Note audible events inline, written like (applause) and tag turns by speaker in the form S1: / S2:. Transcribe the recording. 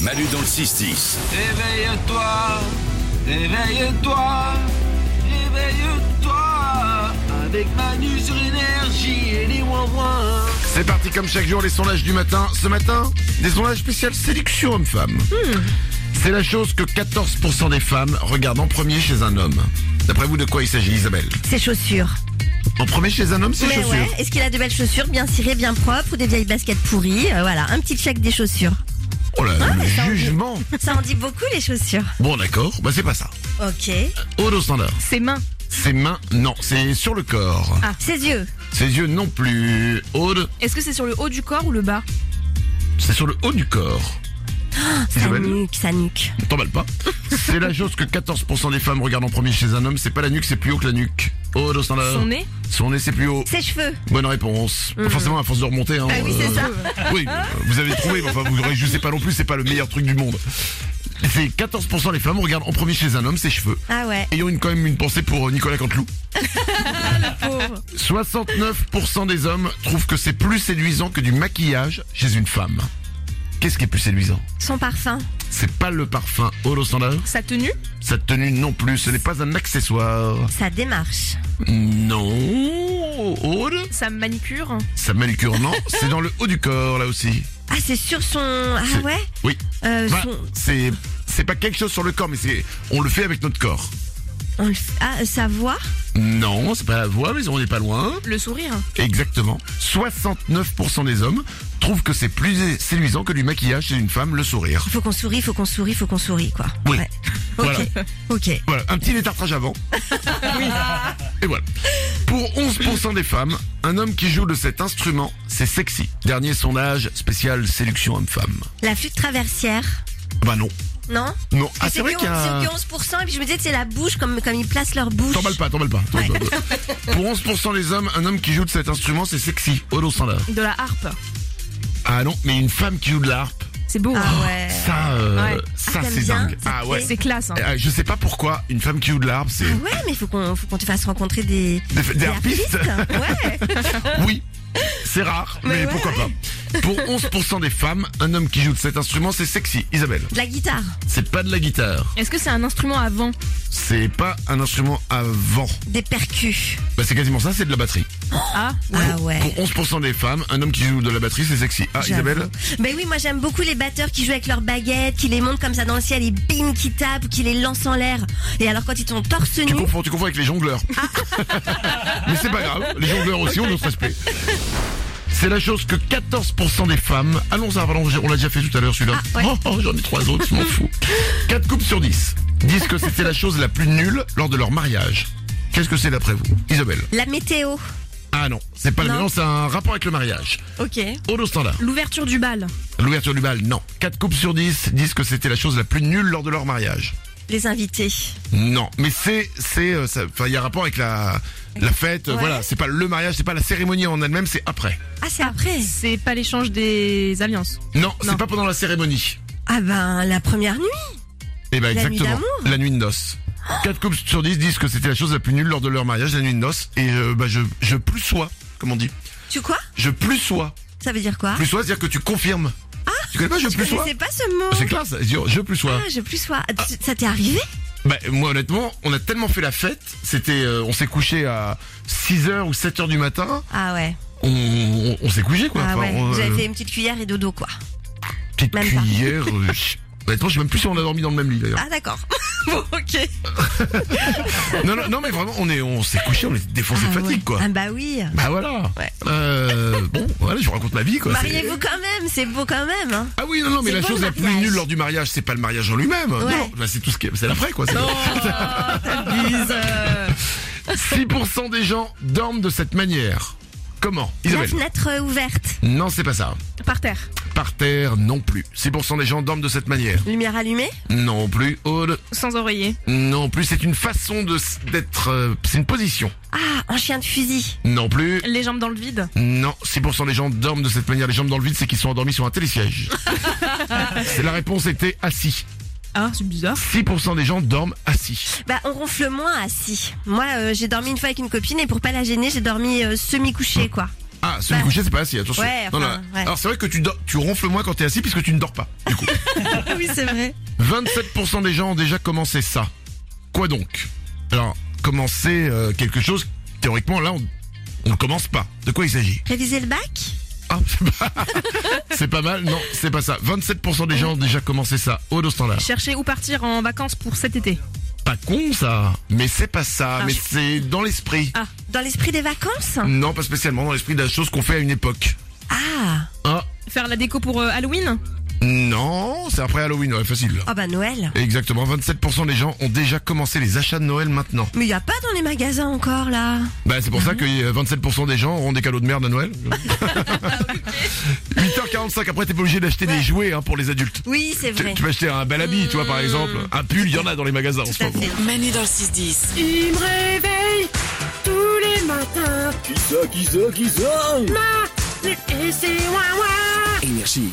S1: Manu dans le 6-10.
S2: Éveille-toi, éveille-toi, éveille-toi. Avec Manu sur énergie et les ouin
S3: C'est parti comme chaque jour les sondages du matin. Ce matin, des sondages spéciaux sélection homme-femme.
S4: Hmm.
S3: C'est la chose que 14% des femmes regardent en premier chez un homme. D'après vous, de quoi il s'agit, Isabelle
S4: Ses chaussures.
S3: En premier chez un homme, c'est
S4: Mais
S3: chaussures.
S4: ouais, est-ce qu'il a de belles chaussures bien cirées, bien propres ou des vieilles baskets pourries Euh, Voilà, un petit check des chaussures.
S3: Oh là,
S4: Ouais,
S3: le
S4: ça, on dit.
S3: jugement
S4: Ça en dit beaucoup les chaussures.
S3: Bon, d'accord, bah c'est pas ça.
S4: Ok.
S3: Aude au standard.
S5: Ses mains.
S3: Ses mains, non, c'est sur le corps.
S4: Ah, ses yeux.
S3: Ses yeux, non plus. Aude,
S5: Est-ce que c'est sur le haut du corps ou le bas
S3: c'est sur le haut du corps.
S4: Sa
S3: Isabelle
S4: nuque, sa nuque.
S3: T'emballe pas. C'est la chose que 14% des femmes regardent en premier chez un homme. C'est pas la nuque, c'est plus haut que la nuque. Oh, dans standard.
S5: Son nez
S3: Son nez, c'est plus haut.
S4: Ses cheveux.
S3: Bonne réponse. Pas Forcément, à force de remonter. Hein,
S4: Ah oui, c'est ça.
S3: Oui, euh, vous avez trouvé. mais Enfin, vous ne réjouissez pas non plus. C'est pas le meilleur truc du monde. C'est 14% des femmes regardent en premier chez un homme ses cheveux.
S4: Ah ouais.
S3: Ayons une, quand même une pensée pour euh, Nicolas Canteloup. 69% des hommes trouvent que c'est plus séduisant que du maquillage chez une femme. Qu'est-ce qui est plus séduisant
S4: Son parfum.
S3: C'est pas le parfum. Oh, Holo standard
S5: Sa tenue
S3: Sa tenue non plus, ce n'est pas un accessoire.
S4: Sa démarche.
S3: Non. Aude
S5: Sa manicure
S3: Sa manucure, non. C'est dans le haut du corps, là aussi.
S4: Ah, c'est sur son. Ah
S3: C'est-
S4: ouais
S3: Oui.
S4: Euh,
S3: Bah,
S4: son-
S3: c'est, c'est pas quelque chose sur le corps, mais c'est, on le fait avec notre corps.
S4: on le f- Ah, euh, sa voix
S3: Non, c'est pas la voix, mais on n'est pas loin.
S5: Le sourire
S3: Exactement. 69% des hommes trouvent que c'est plus séduisant que du maquillage chez une femme, le sourire.
S4: Il faut qu'on sourie, faut qu'on sourie, faut qu'on sourie, quoi.
S3: Oui.
S4: Ouais.
S3: (laughs) Voilà.
S4: Ok.
S3: Voilà, un petit détartrage avant. Et voilà. Pour 11% des femmes, un homme qui joue de cet instrument, c'est sexy. Dernier sondage spécial séduction homme-femme.
S4: La flûte traversière.
S3: Bah non.
S4: Non
S3: Non, ah,
S4: C'est
S3: c'est vrai
S4: que
S3: qu'il y a...
S4: c'est que 11%, et puis je me disais, c'est la bouche, comme, comme ils placent leur bouche.
S3: T'emballes pas, t'emballes pas. t'emballes pas. (laughs) Pour 11% des hommes, un homme qui joue de cet instrument, c'est sexy. Odo là.
S5: De la harpe
S3: Ah non, mais une femme qui joue de la harpe,
S5: C'est beau
S4: Ah
S5: hein.
S4: ouais.
S3: ça, euh,
S5: Ouais.
S3: ça
S4: Ah, t'aimes
S3: c'est
S4: bien,
S3: dingue.
S4: ça te
S3: Ah ouais.
S4: plaît
S5: C'est classe hein.
S3: Euh, Je sais pas pourquoi, une femme qui joue de la harpe, c'est...
S4: Ah ouais, mais faut qu'on faut qu'on te fasse rencontrer des,
S3: Des- des harpistes.
S4: (laughs) Ouais.
S3: Oui, c'est rare, mais,
S4: Mais ouais,
S3: pourquoi pas. Pour 11% des femmes, un homme qui joue de cet instrument, c'est sexy. Isabelle,
S4: De la guitare.
S3: c'est pas de la guitare.
S5: Est-ce que c'est un instrument à vent
S3: C'est pas un instrument à vent.
S4: Des percus.
S3: Bah, c'est quasiment ça, c'est de la batterie.
S5: Ah
S4: Ah ouais.
S3: Pour 11% des femmes, un homme qui joue de la batterie, c'est sexy. Ah,
S4: j'avoue.
S3: Isabelle
S4: Ben oui, moi j'aime beaucoup les batteurs qui jouent avec leurs baguettes, qui les montent comme ça dans le ciel et bim, qui tapent, qui les lancent en l'air. Et alors quand ils sont torse
S3: Tu
S4: nu,
S3: confonds, tu confonds avec les jongleurs.
S4: Ah.
S3: Mais c'est pas grave, les jongleurs aussi ont notre respect. C'est la chose que 14% des femmes. Allons, ah, pardon, on l'a déjà fait tout à l'heure celui-là.
S4: Ah, ouais.
S3: Oh, oh, j'en ai trois autres, je m'en fous. 4 couples sur 10 disent que c'était la chose la plus nulle lors de leur mariage. Qu'est-ce que c'est d'après vous Isabelle
S4: la météo.
S3: Ah non, c'est pas la
S4: Non.
S3: mélange, c'est un rapport avec le mariage.
S5: Ok
S3: Holo standard.
S5: L'ouverture du bal
S3: L'ouverture du bal, non. 4 couples sur 10 disent que c'était la chose la plus nulle lors de leur mariage.
S4: Les invités.
S3: Non, mais c'est c'est euh, ça- enfin il y a un rapport avec la la fête, euh,
S4: Ouais.
S3: voilà, c'est pas le mariage, c'est pas la cérémonie en elle-même, c'est après.
S4: Ah, c'est après.
S5: C'est pas l'échange des alliances
S3: Non,
S5: Non.
S3: c'est pas pendant la cérémonie.
S4: Ah ben, la première nuit.
S3: Eh ben
S4: La nuit
S3: exactement,
S4: d'amour.
S3: la nuit de noces. 4 couples sur 10 disent que c'était la chose la plus nulle lors de leur mariage, la nuit de noces et euh, bah je je plus sois, comme on dit.
S4: Tu quoi
S3: Je plus sois.
S4: Ça veut dire quoi
S3: Plus sois, c'est-à-dire que tu confirmes. tu connais pas je plus
S4: Ah. Je
S3: sois
S4: sais pas ce mot.
S3: C'est classe, dire je plus sois.
S4: Ah, je plus sois. Ah, tu- Ça t'est arrivé
S3: Bah, moi honnêtement, on a tellement fait la fête, c'était euh, on s'est couché à 6h ou 7h du matin,
S4: Ah ouais.
S3: on, on, on s'est couché quoi.
S4: Ah
S3: Enfin,
S4: ouais.
S3: on,
S4: Vous avez
S3: euh,
S4: fait une petite cuillère et dodo quoi.
S3: Petite
S4: Même pas.
S3: cuillère. euh, je- Honnêtement, je sais même plus si on a dormi dans le même lit d'ailleurs.
S4: Ah d'accord. (laughs) bon, ok.
S3: Non, non, non, mais vraiment, on est, on s'est couché, on est défoncé
S4: Ah
S3: de fatigue
S4: ouais.
S3: quoi.
S4: Ah bah oui.
S3: Bah voilà.
S4: Ouais.
S3: Euh, bon, voilà, je vous raconte ma vie quoi. c'est-
S4: Mariez-vous quand même, c'est beau quand même. Hein.
S3: Ah oui, non, non, mais
S4: C'est
S3: la
S4: beau,
S3: chose
S4: le
S3: la plus
S4: mariage.
S3: nulle lors du mariage, c'est pas le mariage en lui-même. Non, bah, c'est tout ce qui, est- c'est l'après quoi. (laughs) c'est- 6% des gens dorment de cette manière. Comment
S4: La
S3: Isabelle
S4: fenêtre euh, ouverte,
S3: Non, c'est pas ça.
S5: Par terre
S3: Par terre non plus. 6% des gens dorment de cette manière.
S4: lumière allumée,
S3: Non plus. Aude
S5: Sans oreiller
S3: Non plus. C'est une façon de s- d'être. euh, c'est une position.
S4: ah en chien de fusil,
S3: Non plus.
S5: Les jambes dans le vide
S3: Non, 6% des gens dorment de cette manière. Les jambes dans le vide, c'est qu'ils sont endormis sur un
S4: (laughs)
S3: télésiège. C'est la réponse était assis.
S5: Ah c'est bizarre
S3: 6% des gens dorment assis.
S4: bah on
S3: (laughs)
S4: ronfle moins assis. Moi euh, j'ai dormi une fois avec une copine et pour pas la gêner j'ai dormi semi couché euh, quoi.
S3: Ah, celui
S4: Bah.
S3: couché, c'est pas assis, attention.
S4: Ouais,
S3: Non,
S4: enfin,
S3: non.
S4: ouais.
S3: Alors c'est vrai que tu, dors- tu ronfles moins quand t'es assis puisque tu ne dors pas. Du coup. Ah
S4: oui, c'est vrai.
S3: 27% des gens ont déjà commencé ça. Quoi donc Alors, commencer euh, quelque chose, théoriquement, là, on on ne commence pas. De quoi il s'agit
S4: Réviser le bac
S3: Ah, (laughs) c'est pas... c'est pas mal, non, c'est pas ça. 27% des gens ont déjà commencé ça. Aude au standard.
S5: Chercher où partir en vacances pour cet été.
S3: Pas con ça, mais c'est pas ça,
S5: Ah.
S3: mais c'est dans l'esprit.
S4: Dans l'esprit des vacances
S3: Non, pas spécialement dans l'esprit de la chose qu'on fait à une époque.
S4: Ah
S3: Ah,
S5: Faire la déco pour euh, Halloween.
S3: non, c'est après Halloween, ouais, facile.
S4: Ah bah Noël
S3: Exactement, 27% des gens ont déjà commencé les achats de Noël maintenant.
S4: Mais y a pas dans les magasins encore là
S3: Bah, c'est pour ça que euh, 27% des gens auront des cadeaux de merde à Noël. 8h45, après t'es pas obligé d'acheter des jouets hein, pour les adultes.
S4: Oui, c'est
S3: Tu,
S4: vrai.
S3: tu peux acheter un bel habit, tu vois, par exemple. Un pull, il y en a dans les magasins en ce
S4: Tout à
S3: moment.
S4: fait.
S1: Manu dans le 6-10.
S6: Il me réveille tous les matins. Qui ça, qui ça, qui ça Ma, et c'est ouin ouin.
S2: Énergie.